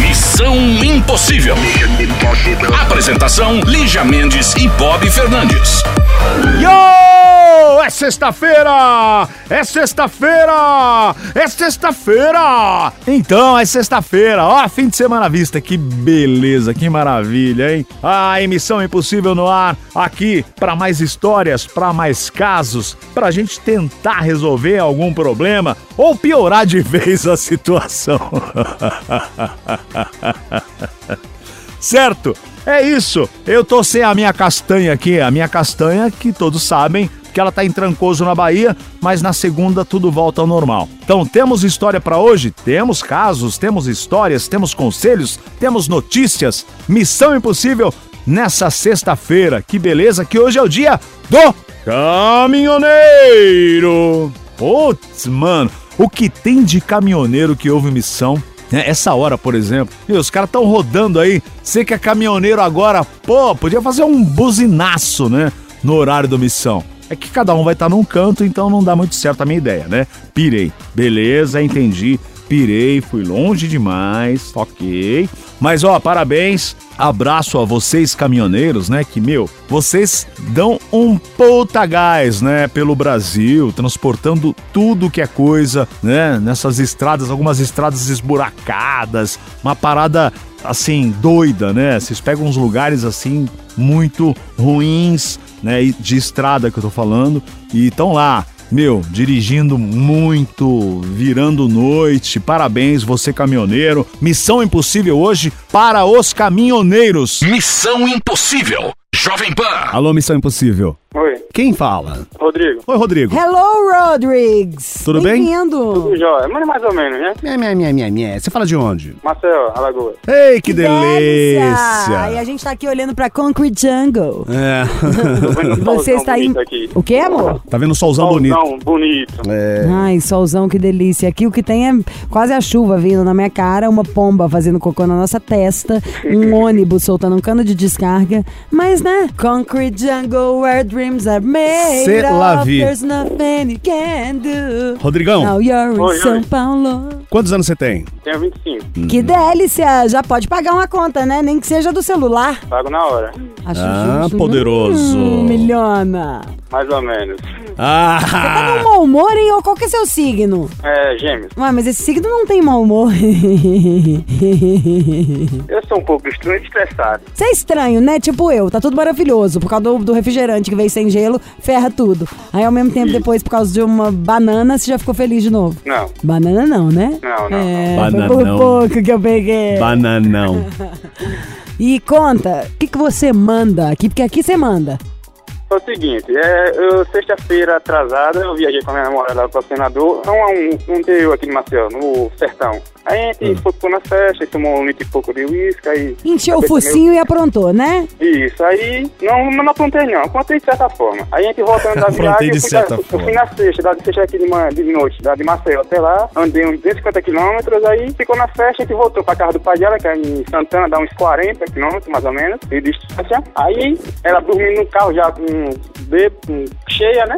Missão Impossível. Apresentação: Lígia Mendes e Bob Fernandes. Yo! É sexta-feira! É sexta-feira! É sexta-feira! Então, é sexta-feira. Ó, fim de semana à vista. Que beleza, que maravilha, hein? A emissão Impossível no ar aqui para mais histórias, para mais casos, pra gente tentar resolver algum problema ou piorar de vez a situação. certo? É isso. Eu tô sem a minha castanha aqui, a minha castanha que todos sabem que ela tá em Trancoso na Bahia, mas na segunda tudo volta ao normal. Então temos história pra hoje, temos casos, temos histórias, temos conselhos, temos notícias. Missão impossível nessa sexta-feira. Que beleza que hoje é o dia do caminhoneiro. Putz, mano, o que tem de caminhoneiro que houve missão? né? Essa hora, por exemplo, e os caras estão rodando aí. Você que é caminhoneiro agora, pô, podia fazer um buzinaço, né? No horário da missão. É que cada um vai estar num canto, então não dá muito certo a minha ideia, né? Pirei. Beleza, entendi. Pirei, fui longe demais, ok. Mas ó, parabéns, abraço a vocês caminhoneiros, né? Que meu, vocês dão um puta gás, né? Pelo Brasil, transportando tudo que é coisa, né? Nessas estradas, algumas estradas esburacadas, uma parada assim doida, né? Vocês pegam uns lugares assim muito ruins, né? e De estrada que eu tô falando e estão lá meu, dirigindo muito, virando noite. Parabéns, você caminhoneiro. Missão impossível hoje para os caminhoneiros. Missão Impossível. Jovem Pan. Alô, Missão Impossível. Oi, Quem fala? Rodrigo. Oi, Rodrigo. Hello, Rodrigues! Tudo bem? Bem-vindo! Joia, mas mais ou menos, né? Minha, minha, minha, minha, minha. Você fala de onde? Marcel, Alagoas. Ei, que, E a delícia! gente tá aqui olhando pra Concrete Jungle. É, Tô vendo um E você solzão está em. bonito Aqui. O que, amor? tá vendo o solzão bonito. É. Solzão bonito. Ai, solzão, que delícia. Aqui o que tem é quase a chuva vindo na minha cara, uma pomba fazendo cocô na nossa testa, um ônibus soltando um cano de descarga. Mas, né? Concrete Jungle, where dreams are made. Cê lá of, vi. There's nothing you can do. Rodrigão, Now you're in Oi, oi. São Paulo. quantos anos você tem? Tenho 25. Uhum. Que delícia! Já pode pagar uma conta, né? Nem que seja do celular. Pago na hora. Acho Ah, justo. né? poderoso. Hum, milhona. Mais ou menos. tá Ah! Tá com mau humor, hein? Ou qual que é seu signo? É, gêmeos. Ué, mas esse signo não tem mau humor. Eu sou um pouco estranho e estressado. Isso é estranho, né? Tipo eu, tá tudo maravilhoso. Por causa do, do refrigerante que veio sem gelo, ferra tudo. Aí ao mesmo tempo, depois, por causa de uma banana, você já ficou feliz de novo. Não. Banana não, né? Não, não, não. É, foi Bananão. por pouco que eu peguei. Bananão. e conta, o que, que você manda aqui? Porque aqui você manda. É o seguinte, é, eu sexta-feira atrasada, eu viajei com a minha namorada para Senador, não há um, um interior aqui de Maceió, no sertão. Aí a gente foi na festa, tomou um litro e pouco de uísque, aí... Hum. Encheu o Cabeça meio focinho e aprontou, né? Isso, aí não, não aprontei não, aprontei de certa forma. Aí a gente voltando da Aprontei viagem, de eu fui, certa da- eu forma. fui na sexta, da de sexta aqui de, manhã, de noite, da de Maceió até lá, andei uns 250 quilômetros, aí ficou na festa, a gente voltou pra casa do pai dela, que é em Santana, dá uns 40 quilômetros, mais ou menos, de distância. Aí ela dormindo no carro já com, bê- com cheia, né?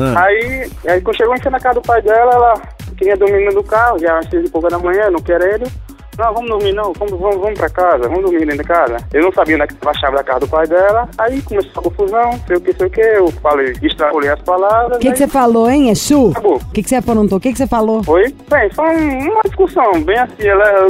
Ah. Aí, aí quando chegou em cima da casa do pai dela, ela queria dormir no carro, já às seis e pouca da manhã, não querendo. Não, vamos dormir não, vamos, vamos, vamos pra casa, vamos dormir dentro de casa. Eu não sabia onde é que estava a chave da casa do pai dela, aí começou a confusão, sei o que, sei o que, eu falei, extrapolei as palavras. O que, que aí- você falou, hein? É chu? Acabou. O que, que você aprontou? O que, que você falou? Foi? Bem, foi um- uma discussão bem assim, ela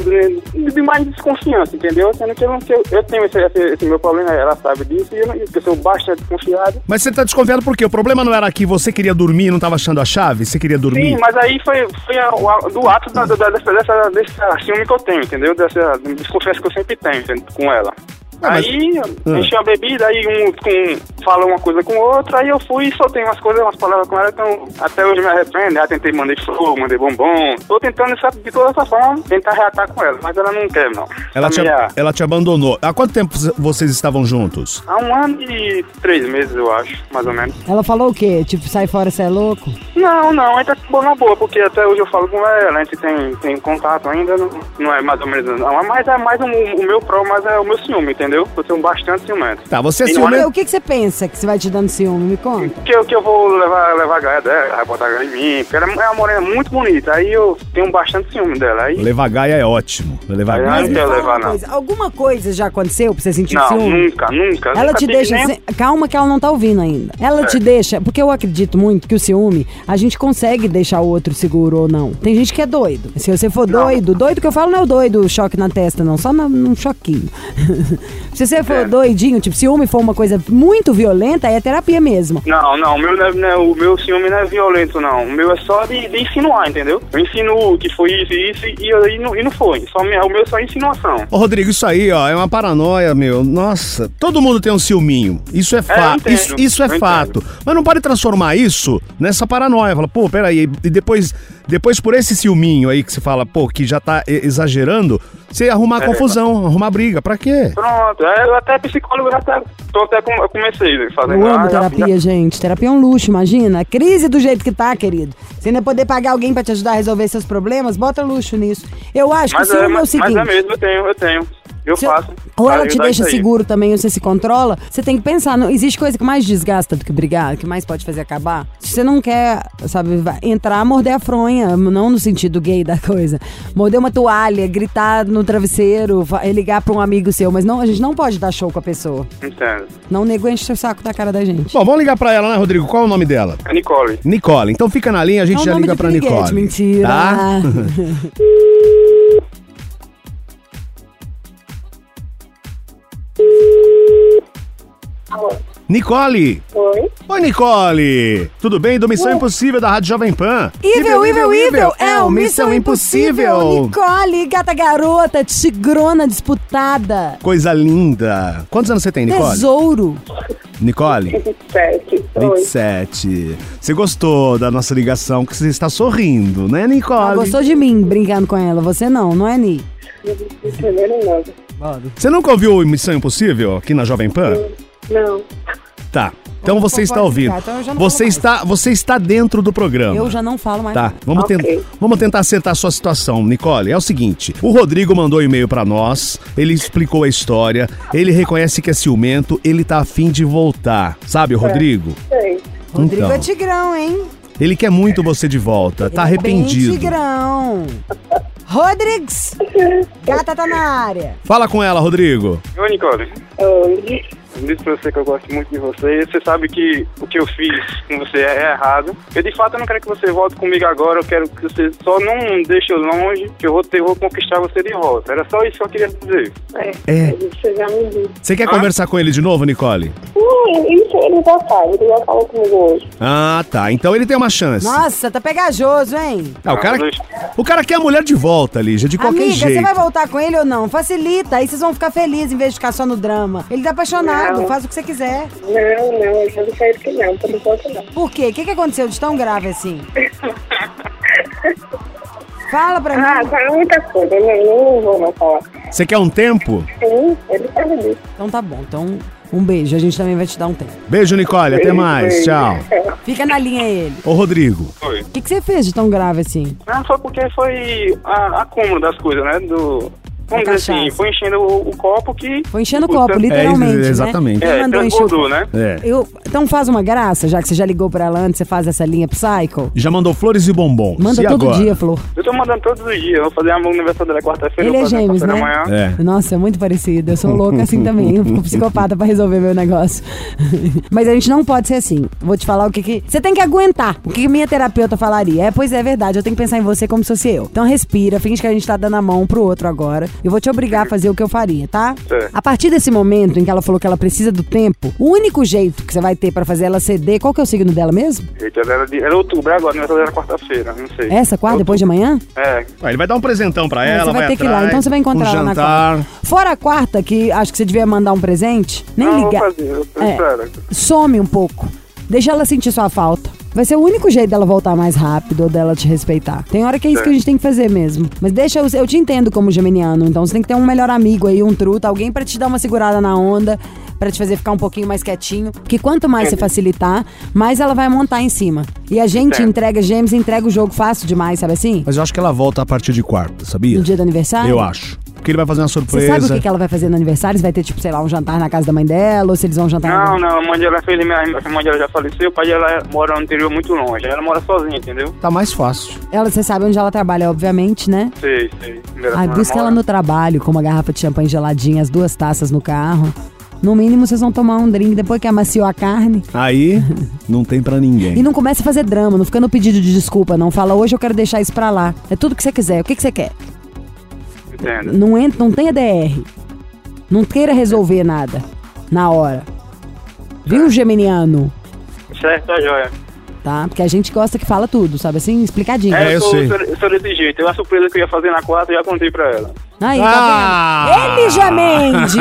de de mais desconfiança, entendeu? Sendo que eu, não, que eu, eu tenho esse, esse, esse meu problema, ela sabe disso, e eu, não- eu sou bastante desconfiado. Mas você tá desconfiado por quê? O problema não era que você queria dormir e não tava achando a chave? Você queria dormir? Sim, mas aí foi, foi a- o a- do ato da, da, dessa, dessa, dessa ciúme que eu tenho, entendeu? Dessa desconfiança que eu sempre tenho entendeu? com ela. Ah, mas- Aí, Ah. encheu a bebida, aí um com, fala uma coisa com outra, aí eu fui e soltei umas coisas, umas palavras com ela, então até hoje me arrependo. Ah, tentei, mandei flor, mandei bombom. Tô tentando, sabe, de toda essa forma, tentar reatar com ela, mas ela não quer, não. Ela Tá te, meia- ela te abandonou. Há quanto tempo vocês estavam juntos? Há um ano e três meses, eu acho, mais ou menos. Ela falou o quê? Tipo, sai fora, você é louco? Não, não, ainda acabou na boa, porque até hoje eu falo com ela, a gente tem, tem contato ainda, não, não é mais ou menos, não, mas é mais um, o meu pró, mas é o meu ciúme, entendeu? Eu tenho bastante ciumento. Tá, você é Ele olha- ciumento. O que, que você pensa que você vai te dando ciúme? Me conta. Que eu, que eu vou levar, levar a gaia dela, vai botar a gaia em mim, porque ela é uma morena muito bonita, aí eu tenho bastante ciúme dela, aí... Levar Gaia é ótimo. Levar Aí Gaia. não é- quero Fala levar, uma não. coisa, Alguma coisa já aconteceu pra você sentir Não, ciúme? nunca, nunca. Ela nunca te tive deixa. nem- É. se- Calma que ela não tá ouvindo ainda. Ela te deixa, porque eu acredito muito que o ciúme, a gente consegue deixar o outro seguro ou não. Tem gente que é doido. Se você for doido, doido que eu falo não é o doido, o choque na testa, não, só na- num choquinho. Se você É. for doidinho, tipo, ciúme for uma coisa muito violenta, aí é terapia mesmo. Não, não, o meu, não é- não é- o meu ciúme não é violento, não. O meu é só de, de insinuar, entendeu? Eu insinuo que foi isso e isso e, eu- e, não, e não foi. Só, me- o meu é só insinuação. Ô, Rodrigo, isso aí, ó, é uma paranoia, meu. Nossa, todo mundo tem um ciúminho. Isso é fato. entendo, isso, isso eu é entendo. fato. Mas não pode transformar isso nessa paranoia. Fala, pô, peraí. E depois, depois por esse ciúminho aí que você fala, pô, que já tá e- exagerando, você arrumar confusão, arrumar briga. Pra quê? Pronto, é, eu até psicólogo, eu até, tô até com, eu comecei né, fazendo. Eu amo Ah, já- terapia, gente. Terapia é um luxo, imagina. A crise do jeito que tá, querido. Você não poder pagar alguém pra te ajudar a resolver seus problemas, bota luxo nisso. Eu acho mas, que o é, ciúme é o mas, mas seguinte. é mesmo, eu tenho, eu tenho. Eu Se- faço. Ou ela Pra te ajudar deixa isso aí. seguro também, ou você se controla. Você tem que pensar, não existe coisa que mais desgasta do que brigar, que mais pode fazer acabar. Se você não quer, sabe, vai- entrar, morder a fronha, não no sentido gay da coisa. Morder uma toalha, gritar no travesseiro, fa- ligar pra um amigo seu, mas não, a gente não pode dar show com a pessoa. Entendo. Não o nego enche seu saco da cara da gente. Bom, vamos ligar pra ela, né, Rodrigo? Qual é o nome dela? É Nicole. Nicole. Então fica na linha, a gente É o já nome liga de pra piriguete, Nicole. mentira. Tá? Nicole! Oi? Oi, Nicole! Tudo bem? Do Missão Impossível da Rádio Jovem Pan. Evil, evil, evil, é o Missão Impossível. Nicole, gata garota, tigrona disputada. Coisa linda! Quantos anos você tem, Nicole? Tesouro. Nicole, 27. Oi. 27. Você gostou da nossa ligação, que você está sorrindo, né, Ela Nicole? Ah, gostou de mim brincando com ela. Você não, não é, Ni? Primeiro não. Você nunca ouviu o Missão Impossível aqui na Jovem Pan? Não. Tá. Então você está pode ouvindo. ficar, então eu já não Você falo mais. está, você está dentro do programa. Eu já não falo mais. Tá, nada. vamos, Ok. ten- vamos tentar acertar a sua situação, Nicole. É o seguinte: o Rodrigo mandou um e-mail pra nós, ele explicou a história, ele reconhece que é ciumento, ele tá afim de voltar. Sabe, o Rodrigo? Sei. Rodrigo Então. é tigrão, hein? Ele quer muito você de volta, tá Ele é bem arrependido. tigrão. Rodrigues, gata tá na área. Fala com ela, Rodrigo. Ô, Nicole. Oi. Eu disse pra você que eu gosto muito de você. Você sabe que o que eu fiz com você é errado. Eu de fato não quero que você volte comigo agora. Eu quero que você só não deixe eu longe, que eu vou, ter, vou conquistar você de volta. Era só isso que eu queria dizer. É. É. Você já me disse. Você quer conversar com ele de novo, Nicole? Não, isso ele já sabe. Ele já falou comigo hoje. Ah, tá. Então ele tem uma chance. Nossa, tá pegajoso, hein? Ah, o, cara, Não, o cara quer a mulher de volta, Lígia, de qualquer Amiga, jeito. você vai voltar com ele ou não? Facilita, aí vocês vão ficar felizes em vez de ficar só no drama. Ele tá apaixonado, Não. faz o que você quiser. Não, não. Eu já disse que não. Por enquanto, não. Por quê? O que, que aconteceu de tão grave assim? Fala pra Ah, mim. tá muita coisa. Eu não, não vou mais falar. Você quer um tempo? Sim, ele sabe disso. Então tá bom, então um beijo, a gente também vai te dar um tempo. Beijo, Nicole. Até mais. Tchau. Fica na linha ele. Ô, Rodrigo. O que, que você fez de tão grave assim? foi porque foi a, acúmulo das coisas, né? Do, vamos Da dizer assim, cachaça. foi enchendo o, o copo que. Foi enchendo o é copo, literalmente. literalmente. isso, né? exatamente. Quem É, mandou encher o transbordou, copo? né? É. Eu, então faz uma graça, já que você já ligou pra ela antes, você faz essa linha Psycho. Já mandou flores e bombons. Manda e todo agora? dia, Flor. Eu tô mandando todos os dias. Eu vou fazer a mão aniversário dela quarta-feira. Ele vou é fazer a gêmeos, né? quarta-feira amanhã. É. Nossa, é muito parecido. Eu sou louca assim também. Eu fico psicopata pra resolver meu negócio. Mas a gente não pode ser assim. Vou te falar o que que... Você tem que aguentar. O que que minha terapeuta falaria? É, pois é, é verdade. Eu tenho que pensar em você como se fosse eu. Então respira, finge que a gente tá dando a mão pro outro agora. Eu vou te obrigar a fazer o que eu faria, tá? Certo. A partir desse momento em que ela falou que ela precisa do tempo, o único jeito que você vai ter pra fazer ela ceder, qual que é o signo dela mesmo? Gente, ela era, de, era outubro agora, mas ela era quarta-feira, não sei. Essa, quarta, depois de amanhã? É, Ah, ele vai dar um presentão pra É, ela, você vai, ter que ir lá, atrás, então você vai encontrar um ela na jantar. quarta. Fora a quarta, que acho que você devia mandar um presente, nem Não, ligar. É, vou fazer, Ah, eu tô esperando. some um pouco. Deixa ela sentir sua falta. Vai ser o único jeito dela voltar mais rápido ou dela te respeitar. Tem hora que é isso que a gente tem que fazer mesmo. Mas deixa eu. Eu te entendo como geminiano, então você tem que ter um melhor amigo aí, um truta, alguém pra te dar uma segurada na onda, pra te fazer ficar um pouquinho mais quietinho. Porque quanto mais você facilitar, mais ela vai montar em cima. E a gente entrega gêmeos, entrega o jogo fácil demais, sabe assim? Mas eu acho que ela volta a partir de quarta, sabia? No dia do aniversário? Eu acho. Porque ele vai fazer uma Você surpresa. sabe o que, que ela vai fazer no aniversário? Se vai ter, tipo, sei lá, um jantar na casa da mãe dela, ou se eles vão jantar em algum Não, não, a mãe dela, fez, a mãe dela já faleceu, o pai dela mora no interior muito longe, ela mora sozinha, entendeu? Tá mais fácil. Ela, você sabe onde ela trabalha, obviamente, né? Sei, sei. Aí busca Ah, ela no trabalho, com uma garrafa de champanhe geladinha, as duas taças no carro. No mínimo, vocês vão tomar um drink depois que amaciou a carne. Aí, não tem pra E ninguém. não começa a fazer drama, não fica no pedido de desculpa, não. Fala, hoje eu quero deixar isso pra lá. É tudo que você quiser. O que, que você quer? Entendo. Não, entra, não tenha DR. Não queira resolver nada. Na hora. Viu, Geminiano? Certo, tá joia. Tá? Porque a gente gosta que fala tudo, sabe assim? Explicadinho. É, eu eu, sou, sei. sou- eu sou desse jeito. Eu, a surpresa que eu ia fazer na quarta, eu já contei pra ela. Aí, Ah! tá vendo? Emília Mendes!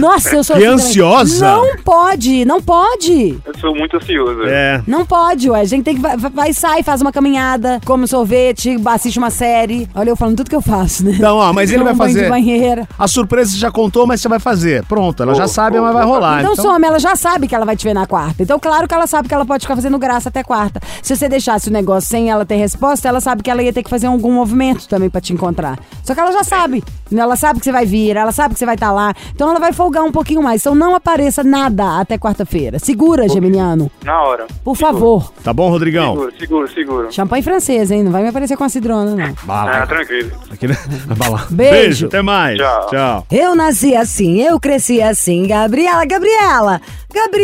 Nossa, eu sou Que assim também. ansiosa! Não pode, não pode! Eu sou muito ansioso. É. Não pode, ué. A gente tem que. Vai, vai sai, faz uma caminhada, come um sorvete, assiste uma série. Olha, eu falando tudo que eu faço, né? Não, ó, mas ele Toma vai um banho de fazer. banheira. A surpresa você já contou, mas você vai fazer. Pronto, ela já sabe, mas vai rolar. então, some, ela já sabe que ela vai te ver na quarta. Então, claro que ela sabe que ela pode ficar fazendo graça até quarta. Se você deixasse o negócio sem ela ter resposta, ela sabe que ela ia ter que fazer algum movimento também pra te encontrar. Só que ela já sabe. né? Ela sabe que você vai vir, ela sabe que você vai estar lá. Então, ela vai folgar um pouquinho mais. Então, não apareça nada até quarta-feira. Segura, Geminiano. Na hora. Por favor. Tá bom, Rodrigão? Seguro, seguro, seguro. Champanhe francês, hein? Não vai me aparecer com a cidrona, não. Vai lá. Ah, tranquilo. Aquele- Vai lá. Beijo. até mais. Tchau. Tchau. Eu nasci assim, eu cresci assim. Gabriela, Gabriela,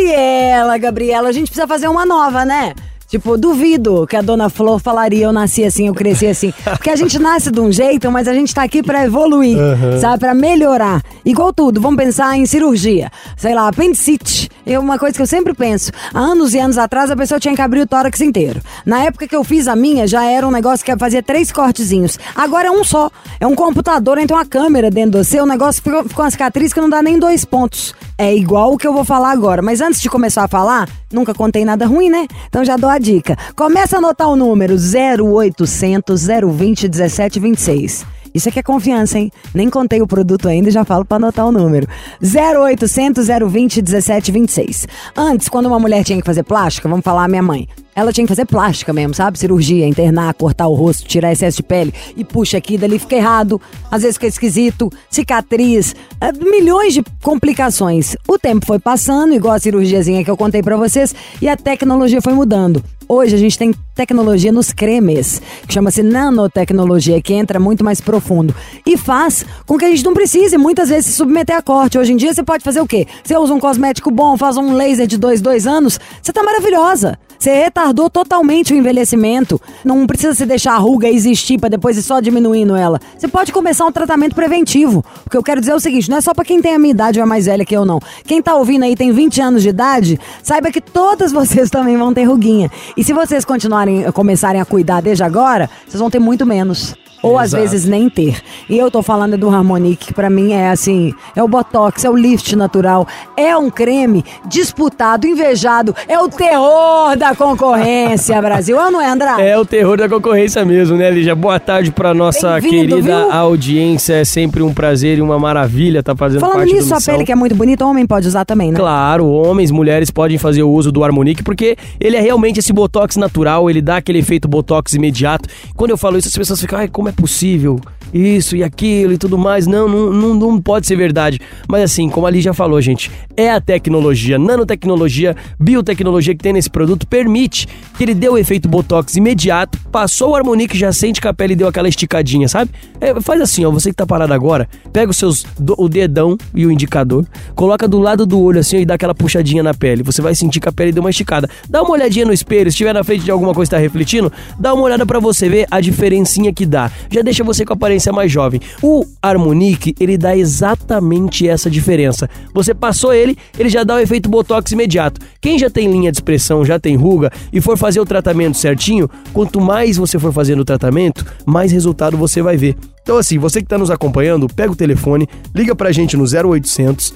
Gabriela, Gabriela, a gente precisa fazer uma nova, né? Tipo, duvido que a dona Flor falaria eu nasci assim, eu cresci assim. Porque a gente nasce de um jeito, mas a gente tá aqui pra evoluir, sabe? Pra melhorar. Igual tudo, vamos pensar em cirurgia. Sei lá, apendicite. É uma coisa que eu sempre penso. Há anos e anos atrás a pessoa tinha que abrir o tórax inteiro. Na época que eu fiz a minha, já era um negócio que fazia três cortezinhos. Agora é um só. É um computador, entra uma câmera dentro do seu, o negócio ficou, ficou uma cicatriz que não dá nem dois pontos. É igual o que eu vou falar agora. Mas antes de começar a falar, nunca contei nada ruim, né? Então já dou a dica. Começa a anotar o número 0800 020 1726. Isso aqui é confiança, hein? Nem contei o produto ainda e já falo pra anotar o número. 0800 020 1726. Antes, quando uma mulher tinha que fazer plástica, vamos falar a minha mãe. Ela tinha que fazer plástica mesmo, sabe? Cirurgia, internar, cortar o rosto, tirar excesso de pele e puxa aqui, dali fica errado, às vezes fica esquisito, cicatriz, eh, milhões de complicações. O tempo foi passando, igual a cirurgiazinha que eu contei pra vocês, e a tecnologia foi mudando. Hoje a gente tem tecnologia nos cremes, que chama-se nanotecnologia, que entra muito mais profundo e faz com que a gente não precise muitas vezes se submeter a corte. Hoje em dia você pode fazer o quê? Você usa um cosmético bom, faz um laser de dois, dois anos, você tá maravilhosa. Você retardou totalmente o envelhecimento. Não precisa se deixar a ruga existir pra depois ir só diminuindo ela. Você pode começar um tratamento preventivo. O que eu quero dizer é o seguinte, não é só pra quem tem a minha idade ou é mais velha que eu não. Quem tá ouvindo aí tem 20 anos de idade, saiba que todas vocês também vão ter ruguinha. E se vocês continuarem, começarem a cuidar desde agora, vocês vão ter muito menos. Ou às vezes nem ter. E eu tô falando do Harmonique, que pra mim é assim, é o Botox, é o lift natural, é um creme disputado, invejado, é o terror da concorrência, Brasil. Ou não é, André? É o terror da concorrência mesmo, né, Lígia? Boa tarde pra nossa Bem-vindo, querida viu? audiência. É sempre um prazer e uma maravilha estar fazendo Falando parte nisso, a da missão. pele que é muito bonita, homem pode usar também, né? Claro, homens, mulheres podem fazer o uso do Harmonique, porque ele é realmente esse botox natural, ele dá aquele efeito botox imediato. Quando eu falo isso, as pessoas ficam, ai, como é possível? Isso e aquilo e tudo mais. Não, não, não, não pode ser verdade. Mas assim, como a Lígia falou, gente, é a tecnologia, nanotecnologia, biotecnologia que tem nesse produto, permite que ele dê o efeito botox imediato, passou o Harmonique, já sente que a pele deu aquela esticadinha, sabe? É, faz assim, ó, você que tá parado agora, pega os seus, do- o dedão e o indicador, coloca do lado do olho assim ó, e dá aquela puxadinha na pele. Você vai sentir que a pele deu uma esticada. Dá uma olhadinha no espelho, se estiver na frente de alguma coisa que tá refletindo, dá uma olhada pra você ver a diferencinha que dá. já deixa você com a aparência mais jovem. O Harmonique, ele dá exatamente essa diferença. Você passou ele, ele já dá o efeito botox imediato. Quem já tem linha de expressão, já tem ruga e for fazer o tratamento certinho, quanto mais você for fazendo o tratamento, mais resultado você vai ver. Então assim, você que está nos acompanhando, pega o telefone, liga pra gente no 0800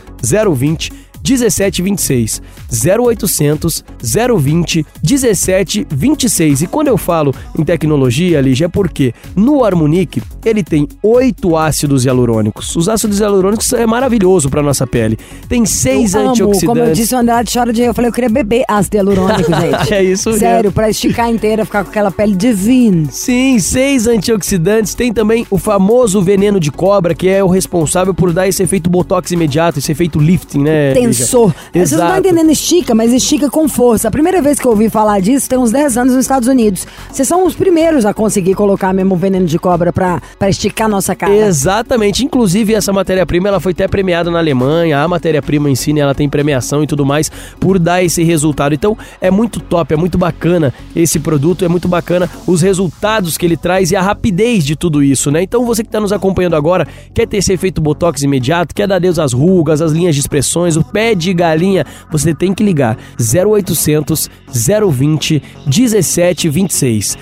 020 1726 0800 020 1726. E quando eu falo em tecnologia, Lígia, é porque no Harmonique ele tem oito ácidos hialurônicos. Os ácidos hialurônicos é maravilhoso para nossa pele. Tem seis Eu amo, antioxidantes. Então tá, Como eu disse, o Andrade chora de rir. Eu falei, eu queria beber ácido hialurônico, gente. É isso mesmo. Sério, pra esticar inteira, ficar com aquela pele divina. Sim, seis antioxidantes. Tem também o famoso veneno de cobra, que é o responsável por dar esse efeito botox imediato, esse efeito lifting, né? Lígia? Tensor. Vocês não estão Exato. entendendo estica, mas estica com força. A primeira vez que eu ouvi falar disso tem uns 10 anos nos Estados Unidos. Vocês são os primeiros a conseguir colocar mesmo veneno de cobra pra, pra esticar nossa cara. Exatamente. Inclusive, essa matéria-prima ela foi até premiada na Alemanha. A matéria-prima em si, né, ela tem premiação e tudo mais por dar esse resultado. Então, é muito top, é muito bacana esse produto, é muito bacana os resultados que ele traz e a rapidez de tudo isso, né? Então, você que está nos acompanhando agora, quer ter esse efeito botox imediato, quer dar adeus às rugas, às linhas de expressões, o pé de galinha, você tem que ligar 0800 020 1726.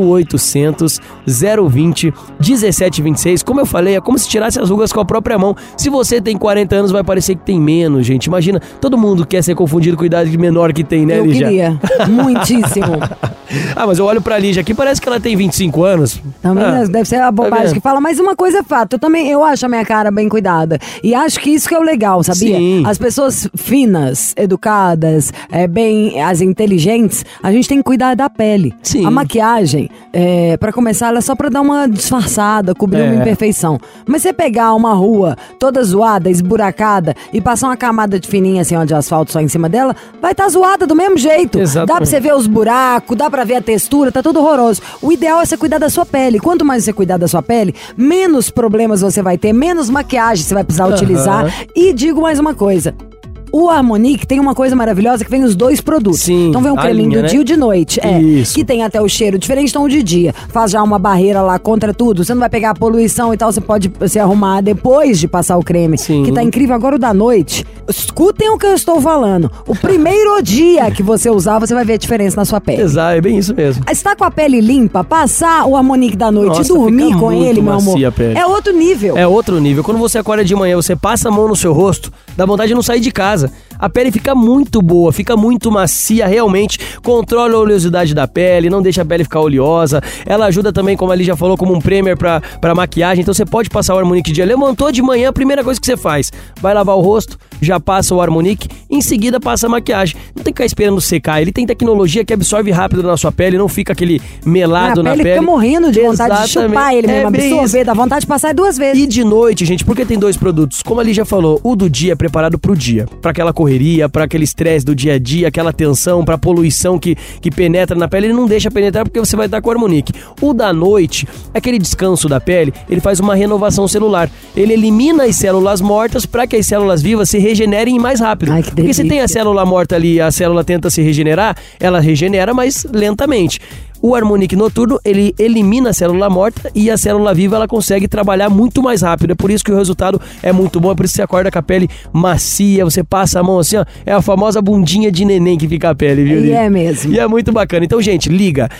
0800 020 1726. Como eu falei, é como se tirasse as rugas com a própria mão. Se você tem 40 anos, vai parecer que tem menos, gente. Imagina, todo mundo quer ser confundido com a idade menor que tem, né, eu Lígia? queria. Muitíssimo. Ah, mas eu olho pra Lígia aqui, parece que ela tem 25 anos. Também Ah, deve ser a bobagem vendo? que fala, mas uma coisa é fato, eu também eu acho a minha cara bem cuidada. E acho que isso que é o legal, sabia? Sim. As pessoas finas, educadas, é, bem as inteligentes, a gente tem que cuidar da pele. Sim. A maquiagem, é, para começar, ela é só pra dar uma disfarçada, cobrir uma É. imperfeição. Mas você pegar uma rua toda zoada, esburacada e passar uma camada de fininha assim, ó, de asfalto só em cima dela, vai estar zoada do mesmo jeito. Dá pra Exatamente. você ver os buracos, dá pra ver a textura, tá tudo horroroso. O ideal é você cuidar da sua pele. Quanto mais você cuidar da sua pele, menos problemas você vai ter, menos maquiagem você vai precisar utilizar. E digo mais uma coisa. O Harmonique tem uma coisa maravilhosa que vem os dois produtos. Sim, então vem um a creminho linha, do né? dia e o de noite. É, Isso. que tem até o cheiro diferente, então o de dia. Faz já uma barreira lá contra tudo. Você não vai pegar a poluição e tal, você pode se arrumar depois de passar o creme. Sim. Que tá incrível agora o da noite. Escutem o que eu estou falando. O primeiro dia que você usar, você vai ver a diferença na sua pele. Exato, é bem isso mesmo. Estar com a pele limpa, passar o harmonique da noite Nossa, e dormir fica com muito ele, meu amor, macia a pele. é outro nível. É outro nível. Quando você acorda de manhã, você passa a mão no seu rosto, dá vontade de não sair de casa. A pele fica muito boa, fica muito macia, realmente. Controla a oleosidade da pele, não deixa a pele ficar oleosa. Ela ajuda também, como a Lígia falou, como um primer pra, pra maquiagem. Então você pode passar o Harmonique dia. Levantou de manhã, a primeira coisa que você faz, vai lavar o rosto, já passa o Harmonique, em seguida passa a maquiagem. Não tem que ficar esperando secar. Ele tem tecnologia que absorve rápido na sua pele, não fica aquele melado a na pele, pele. fica morrendo de vontade de Exatamente. chupar ele É mesmo, bem isso. absorver, dá vontade de passar duas vezes. E de noite, gente, porque tem dois produtos. Como a Lígia falou, o do dia é preparado pro dia. Pra aquela correria, pra aquele estresse do dia a dia, aquela tensão, pra poluição que, que penetra na pele. Ele não deixa penetrar porque você vai estar com o harmonique. O da noite, aquele descanso da pele, ele faz uma renovação celular. Ele elimina as células mortas pra que as células vivas se regenerem mais rápido. Ai, que porque se tem a delícia. célula morta ali, a célula tenta se regenerar, ela regenera, mas lentamente. O harmonique noturno, ele elimina a célula morta e a célula viva ela consegue trabalhar muito mais rápido. É por isso que o resultado é muito bom, é por isso que você acorda com a pele macia, você passa a mão assim, ó, é a famosa bundinha de neném que fica a pele, viu? E Lili? é mesmo. E é muito bacana. Então, gente, liga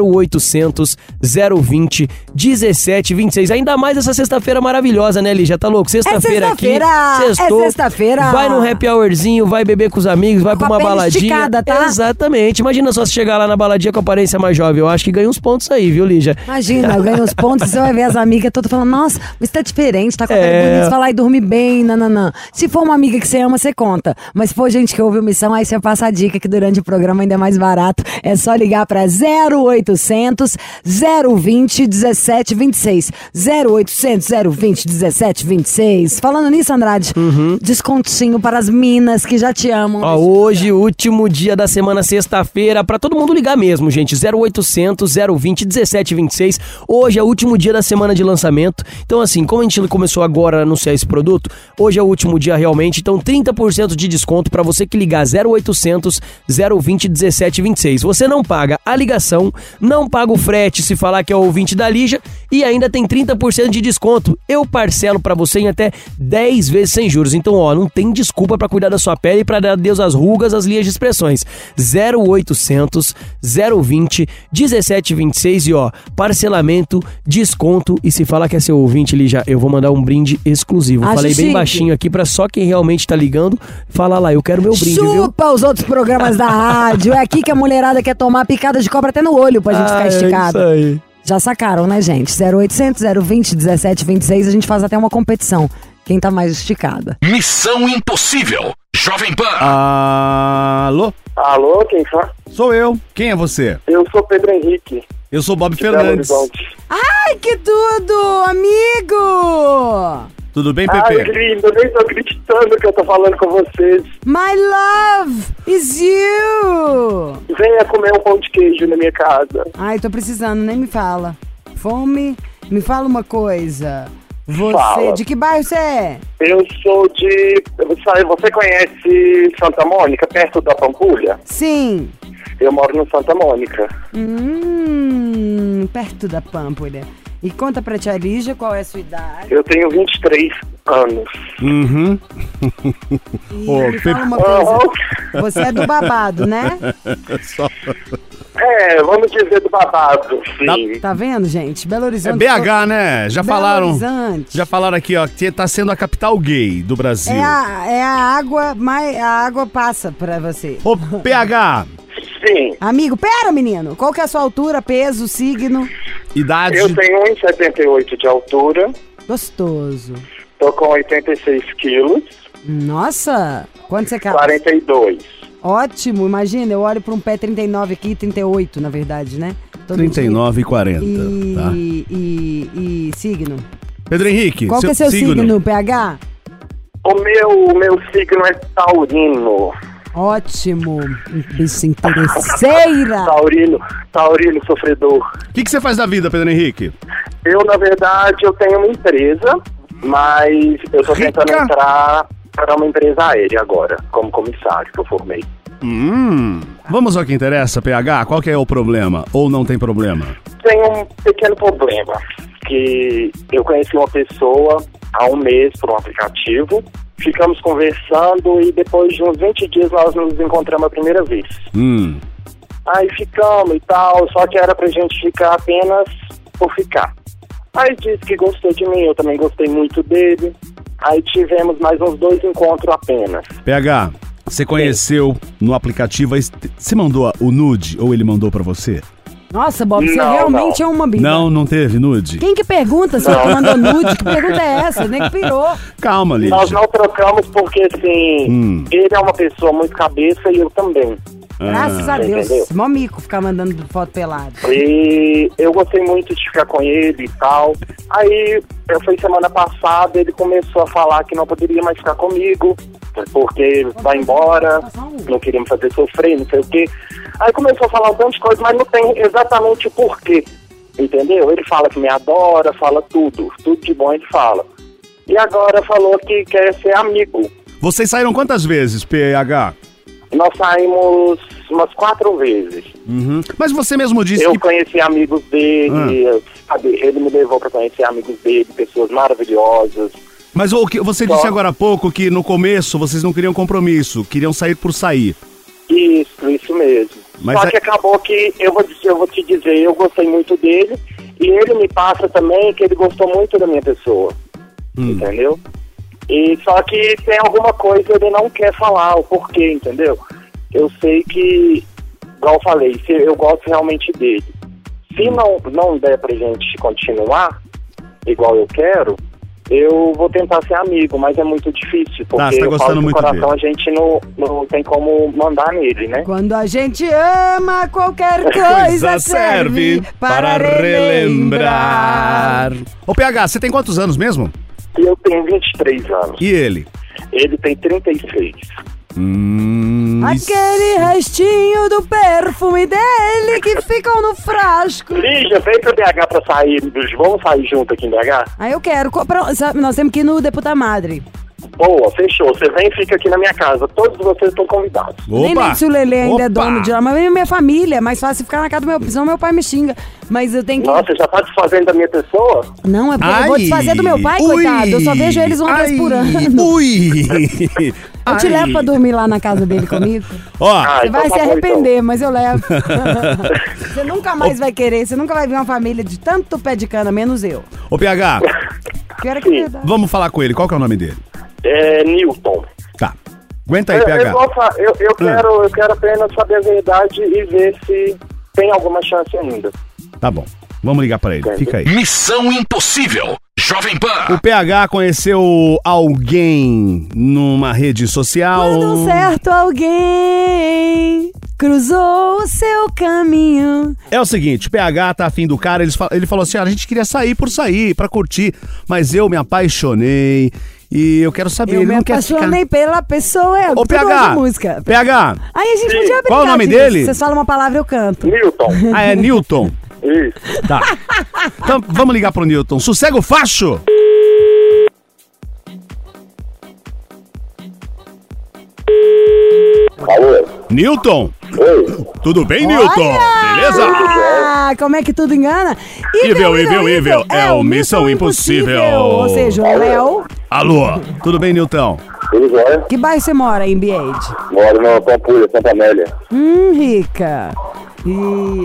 0800 020 1726. Ainda mais essa sexta-feira maravilhosa, né, Lígia? Tá louco? Sexta-feira aqui. sexta-feira, é sextou. sexta-feira. Vai num happy hourzinho, vai beber com os amigos, vai Com pra a uma pele baladinha. esticada, tá? Exatamente. Imagina só se chegar lá na baladinha com a aparência mais jovem. Eu acho que ganha uns pontos aí, viu, Lígia? Imagina, eu ganho os pontos e você vai ver as amigas todas falando, nossa, mas tá diferente, tá com a pele É. bonita, você vai lá e dorme bem, nananã. Se for uma amiga que você ama, você conta. Mas se for gente que ouve o Missão, aí você passa a dica que durante o programa ainda é mais barato. É só ligar pra 0800 020 1726. 0800 020 1726. Falando nisso, Andrade, descontinho para as minas que já te amam. Uhum. Ó, hoje, último dia da semana, sexta-feira, pra todo mundo ligar mesmo, gente. 0800 020 1726. Hoje é o último dia da semana de lançamento. Então, assim, como a gente começou agora a anunciar esse produto, hoje é o último dia realmente. Então, 30% de desconto pra você que ligar 0800 020 1726. Você não paga a ligação, não paga o frete se falar que é ouvinte da Lígia e ainda tem 30% de desconto. Eu parcelo pra você em até 10 vezes sem juros. Então, ó, não tem desculpa pra cuidar da sua pele e pra dar adeus às rugas, às linhas de expressões. 0800 020 1726 e ó, parcelamento, desconto e se falar que é seu ouvinte, Lígia, eu vou mandar um brinde exclusivo. Acho Falei bem chique. baixinho aqui pra só quem realmente tá ligando falar lá, eu quero meu brinde, viu? Chupa os outros programas da rádio. É aqui que a mulherada quer tomar picada de cobra até no olho pra gente Ah, ficar é esticado. isso aí. Já sacaram, né, gente? 0800 020 1726, a gente faz até uma competição. Quem tá mais esticada? Missão Impossível. Jovem Pan. Alô? Alô, quem fala? Sou eu. Quem é você? Eu sou Pedro Henrique, Eu sou Bob de Belo Fernandes. Horizonte. Ai, que tudo, amigo! Tudo bem, Ai, Pepe? lindo, Ah, eu nem tô acreditando que eu tô falando com vocês. My love is you! Venha comer um pão de queijo na minha casa. Ai, tô precisando, nem me fala. Fome, me fala uma coisa. Você, Fala. de que bairro você é? Eu sou de. sabe, Você conhece Santa Mônica, perto da Pampulha? Sim. Eu moro no Santa Mônica. Hum, perto da Pampulha. E conta pra tia Lígia qual é a sua idade. Eu tenho 23 anos. Uhum. E Ô, me fala Pepe. uma coisa. Você é do babado, né? É, vamos dizer do babado, sim. Tá vendo, gente? Belo É Horizonte. BH, né? Já Belo falaram. Horizonte. Já falaram aqui, ó, que tá sendo a capital gay do Brasil. É a, é a água, mas a água passa pra você. Ô, PH, Sim, Amigo, pera, menino. Qual que é a sua altura, peso, signo? idade. eu tenho 1,78 de altura, Gostoso. tô com 86 quilos, Nossa, quanto você calça? 42. Ótimo, imagina, eu olho pra um pé 39 aqui, 38 na verdade, né? Todo dia. 39 e 40, E, tá? e, e signo. Pedro Henrique, Qual que é seu signo, PH? O meu, o meu signo é taurino. Ótimo. Bicho interesseira. Taurino, taurino sofredor. O que, que você faz da vida, Pedro Henrique? Eu, na verdade, eu tenho uma empresa, mas eu tô Rica? tentando entrar para uma empresa aérea agora, como comissário que eu formei. Hum. Vamos ao que interessa, PH. Qual que é o problema? Ou não tem problema? Tem um pequeno problema, que eu conheci uma pessoa há um mês por um aplicativo, ficamos conversando e depois de uns 20 dias nós nos encontramos a primeira vez. Hum. Aí ficamos e tal, só que era pra gente ficar apenas por ficar. Aí disse que gostou de mim, eu também gostei muito dele. Aí tivemos mais uns dois encontros apenas. PH, você conheceu no aplicativo. aí Você mandou o nude ou ele mandou pra você? Nossa, Bob, você Não, realmente não. é uma bicha. Não, não teve nude? Quem que pergunta se Não. tu mandou nude? Que pergunta é essa? Nem que pirou. Calma, Lígia. Nós não trocamos porque, assim, Hum. ele é uma pessoa muito cabeça e eu também. Graças a Deus. Entendeu? Mó mico ficar mandando foto pelado. E eu gostei muito de ficar com ele e tal. Aí, eu fui semana passada, ele começou a falar que não poderia mais ficar comigo, porque vai embora, não queria me fazer sofrer, não sei o quê. Aí começou a falar um monte de coisa, mas não tem exatamente o porquê, entendeu? Ele fala que me adora, fala tudo, tudo de bom ele fala. E agora falou que quer ser amigo. Vocês saíram quantas vezes, PH? Nós saímos umas quatro vezes. Mas você mesmo disse Uhum. Eu que. Ah. conheci amigos dele, sabe? Ele me levou pra conhecer amigos dele, pessoas maravilhosas. Mas o que você Só. disse agora há pouco que no começo vocês não queriam compromisso, queriam sair por sair. Isso, isso mesmo. Mas é- Só a- que acabou que eu vou, dizer- eu vou te dizer, eu gostei muito dele e ele me passa também que ele gostou muito da minha pessoa. Hum. Entendeu? E só que tem alguma coisa ele não quer falar o porquê, entendeu? Eu sei que, igual eu falei, se eu gosto realmente dele. Se Hum. não, não der pra gente continuar, igual eu quero, eu vou tentar ser amigo, mas é muito difícil, porque você tá eu gostando falo que o muito coração a gente não, não tem como mandar nele, né? Quando a gente ama, qualquer coisa serve é, para relembrar. Ô, PH, você tem quantos anos mesmo? E eu tenho 23 anos. E ele? Ele tem 36. Hum. isso- Aquele restinho do perfume dele que ficam no frasco. Lígia, vem pro BH pra sair. Vamos sair junto aqui em BH? Aí eu quero comprar. sabe, nós temos que ir no Deputa Madre. Boa, fechou. Você vem e fica aqui na minha casa. Todos vocês estão convidados. Nem Opa! lembro se o Lelê ainda é Opa! dono de lá, mas minha família. É mais fácil ficar na casa do meu. Senão meu pai me xinga. Mas eu tenho que. Nossa, já tá desfazendo da minha pessoa? Não, é porque eu vou desfazer do meu pai, coitado. Eu só vejo eles uma vez por ano. Ui! Eu te levo pra dormir lá na casa dele comigo. Ó, Ah, Você então vai tá se bom, arrepender, mas eu levo. você nunca mais vai querer, você nunca vai ver uma família de tanto pé de cana, menos eu. ô PH, Pior é que é verdade. vamos falar com ele. Qual que é o nome dele? É, Newton. Tá. Aguenta aí, Eu, eu, PH. vou fa- eu, eu quero, eu quero apenas saber a verdade e ver se tem alguma chance ainda. Tá bom. Vamos ligar pra ele. Fica aí. Missão Impossível. Jovem O Pan. PH conheceu alguém numa rede social. Quando um certo alguém cruzou o seu caminho. É o seguinte, o PH tá afim do cara, eles fal- ele falou assim: "Ah, a gente queria sair por sair, pra curtir, mas eu me apaixonei e eu quero saber, Eu ele me não quer ficar. apaixonei pela pessoa, é Ô tudo PH. hoje música. PH. Aí a gente podia brincar Qual o nome disso. dele? Vocês falam uma palavra, eu canto. Newton. Ah, é Newton. Isso. Tá. Então vamos ligar pro Newton. Sossega o facho. Alô? Newton. Oi. Tudo bem, Newton? Olha! Beleza? Ah, como é que tudo engana? Evil, evil, evil, é o Missão Impossível. Ou seja, o Léo. Alô. Tudo bem, Newton? Tudo jóia? Que bairro você mora em Biede? Moro no Pampulha, Santa Amélia. Hum, rica. E...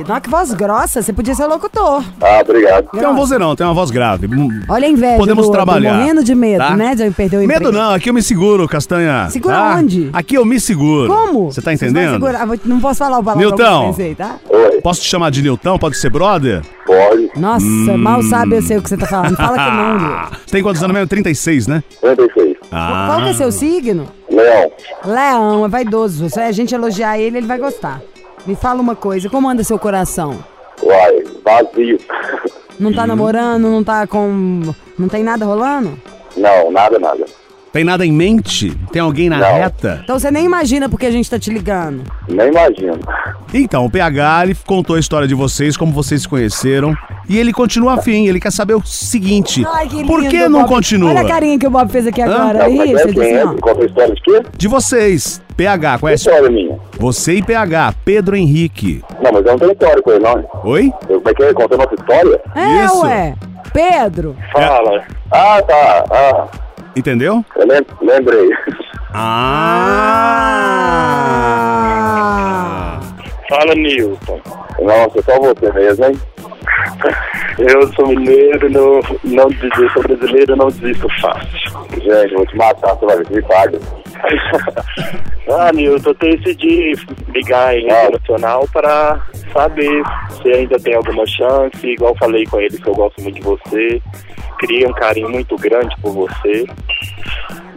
Nossa, que voz grossa, você podia ser locutor. Ah, obrigado. Tem um uma voz não, tem uma voz grave. Hum, Olha a inveja Podemos do- do trabalhar. morrendo de medo, tá? né, de perder o Medo emprego. não, aqui eu me seguro, Castanha. Tá? Segura onde? Aqui eu me seguro. Como? Você tá Vocês vão entendendo? segurar- vou- Não posso falar o palavrão Nilton. que eu pensei, tá? Oi. Posso te chamar de Nilton? Pode ser brother? Pode. Nossa, mal Hum. sabe eu sei o que você tá falando. Fala que não, Nilton. Você tem quantos anos mesmo? 36, né? 36. Ah. Qual que é seu signo? Leão. Leão, é vaidoso. Se a gente elogiar ele, ele vai gostar. Me fala uma coisa, como anda seu coração? Uai. Vazio. Não Uhum. tá namorando, não tá com... Não tem nada rolando? Não, nada, nada. Tem nada em mente? Tem alguém na reta? Então você nem imagina porque a gente tá te ligando. Nem imagino. Então, o PH ele contou a história de vocês, como vocês se conheceram. E ele continua afim, ele quer saber o seguinte: Ai, que lindo, por que não Bob. continua? Olha a carinha que o Bob fez aqui agora. Não, Ih, mas você é disse, quem é? não. Conta a história de quê? De vocês, PH, Que conhece? história minha? é? Você e PH, Pedro Henrique. Não, mas eu não tenho história com ele, não. Oi? Eu, como é que é? Conta a nossa história? É, Isso. ué. Pedro, Fala. Ah, tá. Ah, Entendeu? eu lem- lembrei. Ah! Fala, Nilton. Nossa, só você mesmo, hein? Eu sou mineiro, não, não desisto, sou brasileiro, não desisto fácil. Gente, vou te matar, você vai ver, me paga. ah, Nilton, eu decidi ligar em rede nacional para saber se ainda tem alguma chance. Igual falei com ele que eu gosto muito de você, queria um carinho muito grande por você.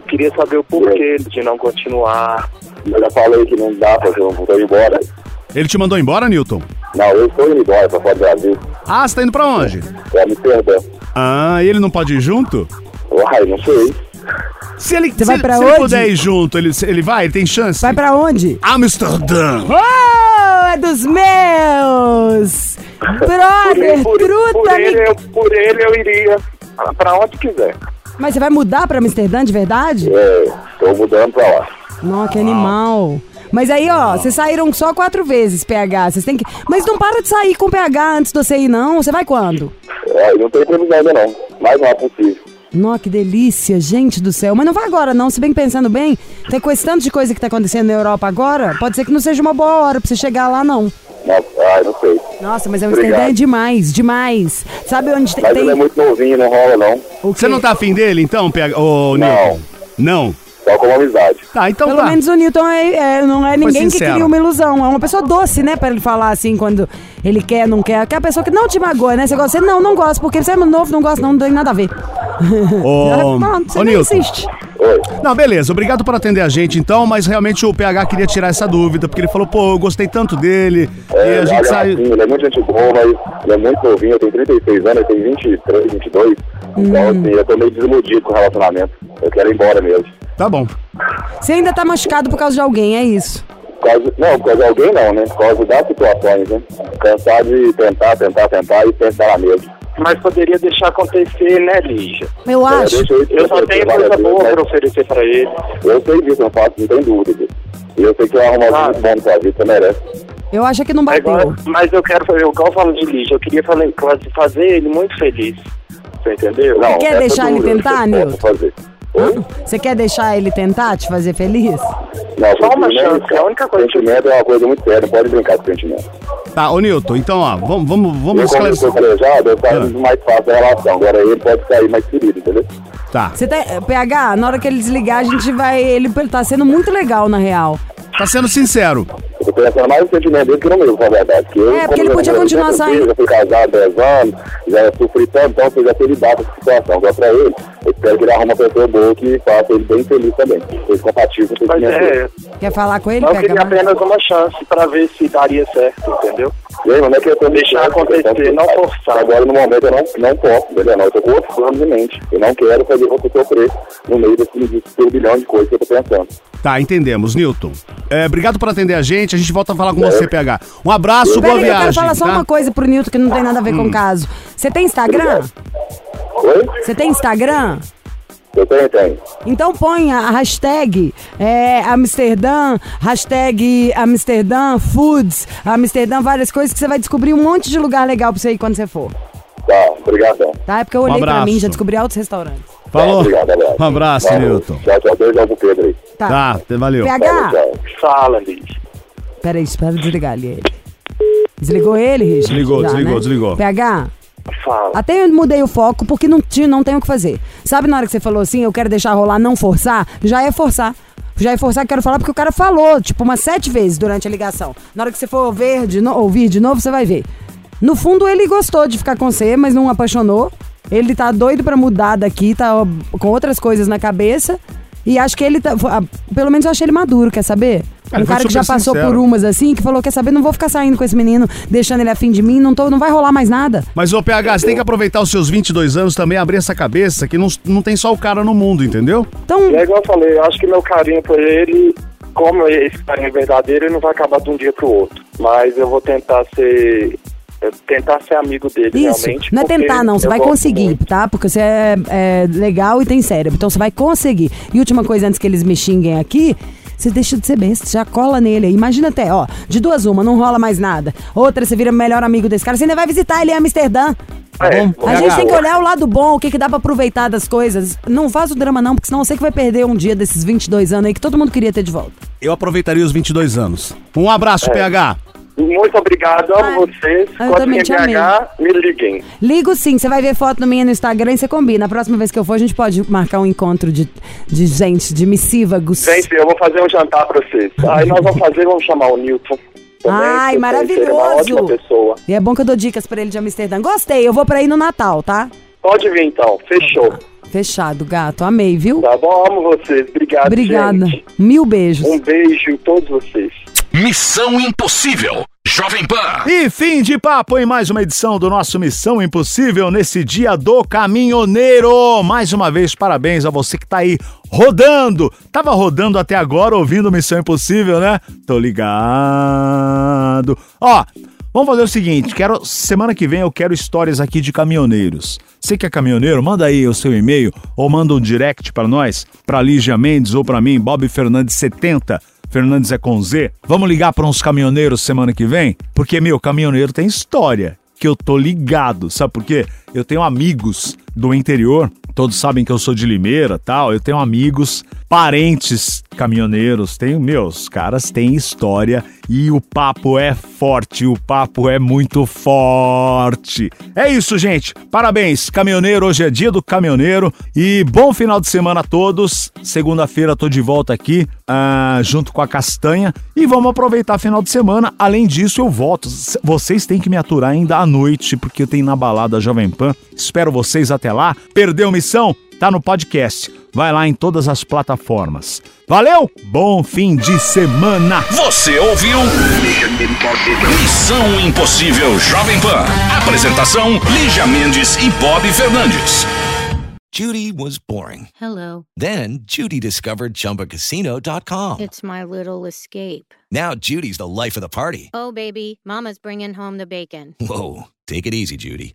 Queria saber o porquê de não continuar. Eu já falei que não dá pra eu vou embora. Ele te mandou embora, Newton? Não, eu estou indo embora para fora do Brasil. Ah, você tá indo pra onde? Já me perdão. Ah, e ele não pode ir junto? Uai, não sei. Se ele, se, vai ele- pra se ele onde? puder ir junto, ele, se ele vai? Ele tem chance? vai pra onde? Amsterdã! Oh, é dos meus! Brother, truta! me- eu, por ele eu iria. Pra onde quiser. Mas você vai mudar pra Amsterdã de verdade? É, tô mudando pra lá. Não, que animal. Mas aí, ó, vocês saíram só quatro vezes, PH. Vocês têm que. Mas não para de sair com o PH antes de você ir, não. Você vai quando? É, não tem previsão ainda não. Mais rápido possível. Nó, que delícia, gente do céu. Mas não vai agora, não. Se bem que pensando bem, tem com esse tanto de coisa que tá acontecendo na Europa agora, pode ser que não seja uma boa hora pra você chegar lá, não. Não, ai, não sei. Nossa, mas Amsterdã é Obrigado. demais, demais. Sabe onde tem. Mas ele é muito novinho, não rola não. o Você quê? não tá afim dele, então, PH? Ô, Newton? Não. Só com uma amizade. Tá, então Pelo tá. menos o Newton é, é- não é ninguém que sincero. cria uma ilusão. É uma pessoa doce, né? Pra ele falar assim quando ele quer, não quer. Que é a pessoa que não te magoa, né? Você gosta, você não, não gosta, porque você é novo, não gosta, não, não tem nada a ver. Ô, tá Pronto, você ô, nem Newton. insiste. Oi. Não, beleza, obrigado por atender a gente então, mas realmente o PH queria tirar essa dúvida, porque ele falou, pô, eu gostei tanto dele, e a É, gente olha, saiu. assim, ele é muito gente boa, mas ele é muito novinho. Eu tenho 36 anos, ele tem 23, 22. Então, assim, eu tô meio desiludido com o relacionamento. Eu quero ir embora mesmo. Tá bom. Você ainda tá machucado por causa de alguém, é isso. Por causa- não, por causa de alguém não, né? Por causa das situações, né? Cansar de tentar, tentar, tentar e pensar na mesma. Mas poderia deixar acontecer, né, Lígia? Eu acho. eu só tenho coisa boa né? pra oferecer pra ele. Eu sei disso, não faço, não tem dúvida disso. E eu sei que é um arrumar muito bom pra vida, você merece. Eu acho que não É bateu. igual- mas eu quero fazer, igual eu falo de lixo, eu queria fazer, fazer ele muito feliz. Você entendeu? Não, quer essa deixar eu ele não tentar, posso Nilton? fazer. Oi? Você quer deixar ele tentar te fazer feliz? Não, Só uma sentimento- chance, é a única coisa que- Sentimento é uma coisa muito séria, não pode brincar com sentimento. Tá, ô Nilton, então, ó, vamos, vamos, vamos Eu, como eu esclarecer. sou calejado, eu saio Ah. mais fácil da relação. Agora ele pode sair mais ferido, entendeu? Tá. Você tá, PH, na hora que ele desligar, a gente vai. Ele tá sendo muito legal, na real. Tá sendo sincero. Eu tô pensando mais no sentimento dele que no meu, pra falar a verdade. Porque eu, É, porque como ele já- podia eu continuar já saindo. Já fui casado 10 anos, já sofri tanto, então eu já ter lidado com a situação. Agora pra ele, eu espero que ele arrume uma pessoa boa que faça ele bem feliz também. que Seja compatível com o Mas sentimento dele. é, Quer falar com ele, eu queria PH? apenas uma chance pra ver se daria certo, entendeu? E aí, mano, é que eu tô Deixar acontecer, não forçar. Agora, no momento, eu não, não posso, entendeu? Não, eu tô com outros planos em mente. Eu não quero fazer você sofrer no meio desse, desse turbilhão de coisas que eu tô pensando. Tá, entendemos, Nilton. É, obrigado por atender a gente. A gente volta a falar com você, PH. Um abraço, Pera boa aí, eu viagem. quero falar só tá? Hum. uma coisa pro Nilton que não tem nada a ver com o caso. Você tem Instagram? Oi? Você tem Instagram? Eu tenho, tenho. Então põe a hashtag é, Amsterdã, hashtag Amsterdã Foods, Amsterdã várias coisas que você vai descobrir um monte de lugar legal pra você ir quando você for, Tá, obrigadão. tá? É porque eu Um olhei pra abraço. mim, já descobri altos restaurantes. Falou. Obrigado, abraço. Um abraço, Valeu. Nilton. Tchau, tchau. Beijo pro Pedro aí. Tá. Tá, valeu. PH, Tchau, tchau. Fala, Liz. peraí, espera eu desligar ele. Desligou ele, Richard? né? Desligou, desligou, desligou. PH, Fala. Até eu mudei o foco porque não, tinha, não tem o que fazer. Sabe na hora que você falou assim, eu quero deixar rolar, não forçar? Já é forçar. Já é forçar, quero falar porque o cara falou, tipo, umas sete vezes durante a ligação. Na hora que você for ver de no- ouvir de novo, você vai ver. No fundo, ele gostou de ficar com você, mas não apaixonou. Ele tá doido pra mudar daqui, tá ó, com outras coisas na cabeça. E acho que ele tá. fo- ah, Pelo menos eu achei ele maduro, quer saber? Cara, um ele foi cara que já super passou sincero. por umas assim, que falou: quer saber, não vou ficar saindo com esse menino, deixando ele afim de mim, não, tô, não vai rolar mais nada. Mas, ô PH, você tem que aproveitar os seus 22 anos também, abrir essa cabeça, que não, não tem só o cara no mundo, entendeu? Então, E é igual eu falei, eu acho que meu carinho por ele, como esse carinho é verdadeiro, ele não vai acabar de um dia pro outro. Mas eu vou tentar ser. eu Tentar ser amigo dele Isso, realmente. não é porque tentar não, você eu vai gosto conseguir, muito. tá? Porque você é, é legal e tem cérebro, então você vai conseguir. E última coisa, antes que eles me xinguem aqui, você deixa de ser besta, já cola nele. aí. Imagina até, ó, de duas uma, não rola mais nada. Outra, você vira melhor amigo desse cara, você ainda vai visitar ele em Amsterdã. Tá É, bom? A é, gente tem que boa. olhar o lado bom, o que, que dá pra aproveitar das coisas. Não vaza o drama não, porque senão você que vai perder um dia desses 22 anos aí que todo mundo queria ter de volta. Eu aproveitaria os 22 anos. Um abraço, É. PH. Muito obrigado, amo vocês. Ah, eu Quando também tem te amei. BH, me liguem. Ligo sim, você vai ver foto minha no Instagram e você combina. A próxima vez que eu for, a gente pode marcar um encontro de, de gente, de missívagos. Vem, filho, eu vou fazer um jantar pra vocês. Aí nós vamos fazer, vamos chamar o Newton. também, que Ai, eu conheço ele, é uma ótima maravilhoso. pessoa. E é bom que eu dou dicas pra ele de Amsterdã. Gostei, eu vou pra ir no Natal, tá? Pode vir então, fechou. Fechado, gato. Amei, viu? Tá bom? Amo vocês. Obrigado, Obrigada. gente. Mil beijos. Um beijo em todos vocês. Missão Impossível. Jovem Pan. E fim de papo em mais uma edição do nosso Missão Impossível nesse dia do caminhoneiro. Mais uma vez, parabéns a você que tá aí rodando. Tava rodando até agora ouvindo Missão Impossível, né? Tô ligado. Ó, vamos fazer o seguinte, quero semana que vem eu quero histórias aqui de caminhoneiros. Você que é caminhoneiro, manda aí o seu e-mail ou manda um direct pra nós, pra Lígia Mendes ou pra mim, Bob Fernandes 70 Fernandes é com Z. Vamos ligar para uns caminhoneiros semana que vem? Porque, meu, caminhoneiro tem história. Que eu tô ligado, sabe por quê? Eu tenho amigos do interior, todos sabem que eu sou de Limeira tal. Eu tenho amigos, parentes caminhoneiros, tenho, meus caras têm história e o papo é forte, o papo é muito forte. É isso, gente. Parabéns, caminhoneiro. Hoje é dia do caminhoneiro e bom final de semana a todos. Segunda-feira tô de volta aqui ah, junto com a Castanha e vamos aproveitar final de semana. Além disso, eu volto. S- Vocês têm que me aturar ainda à noite porque eu tenho na balada Jovem Pan. Espero vocês até lá. Perdeu missão? Tá no podcast. Vai lá em todas as plataformas. Valeu! Bom fim de semana! Você ouviu? Missão Impossível Jovem Pan. Apresentação: Lígia Mendes e Bob Fernandes. Judy was boring. Hello, Then Judy discovered ChumbaCasino.com. it's my little escape. Now Judy's the life of the party. Oh, baby, Mama's bringing home the bacon. Whoa, take it easy, Judy.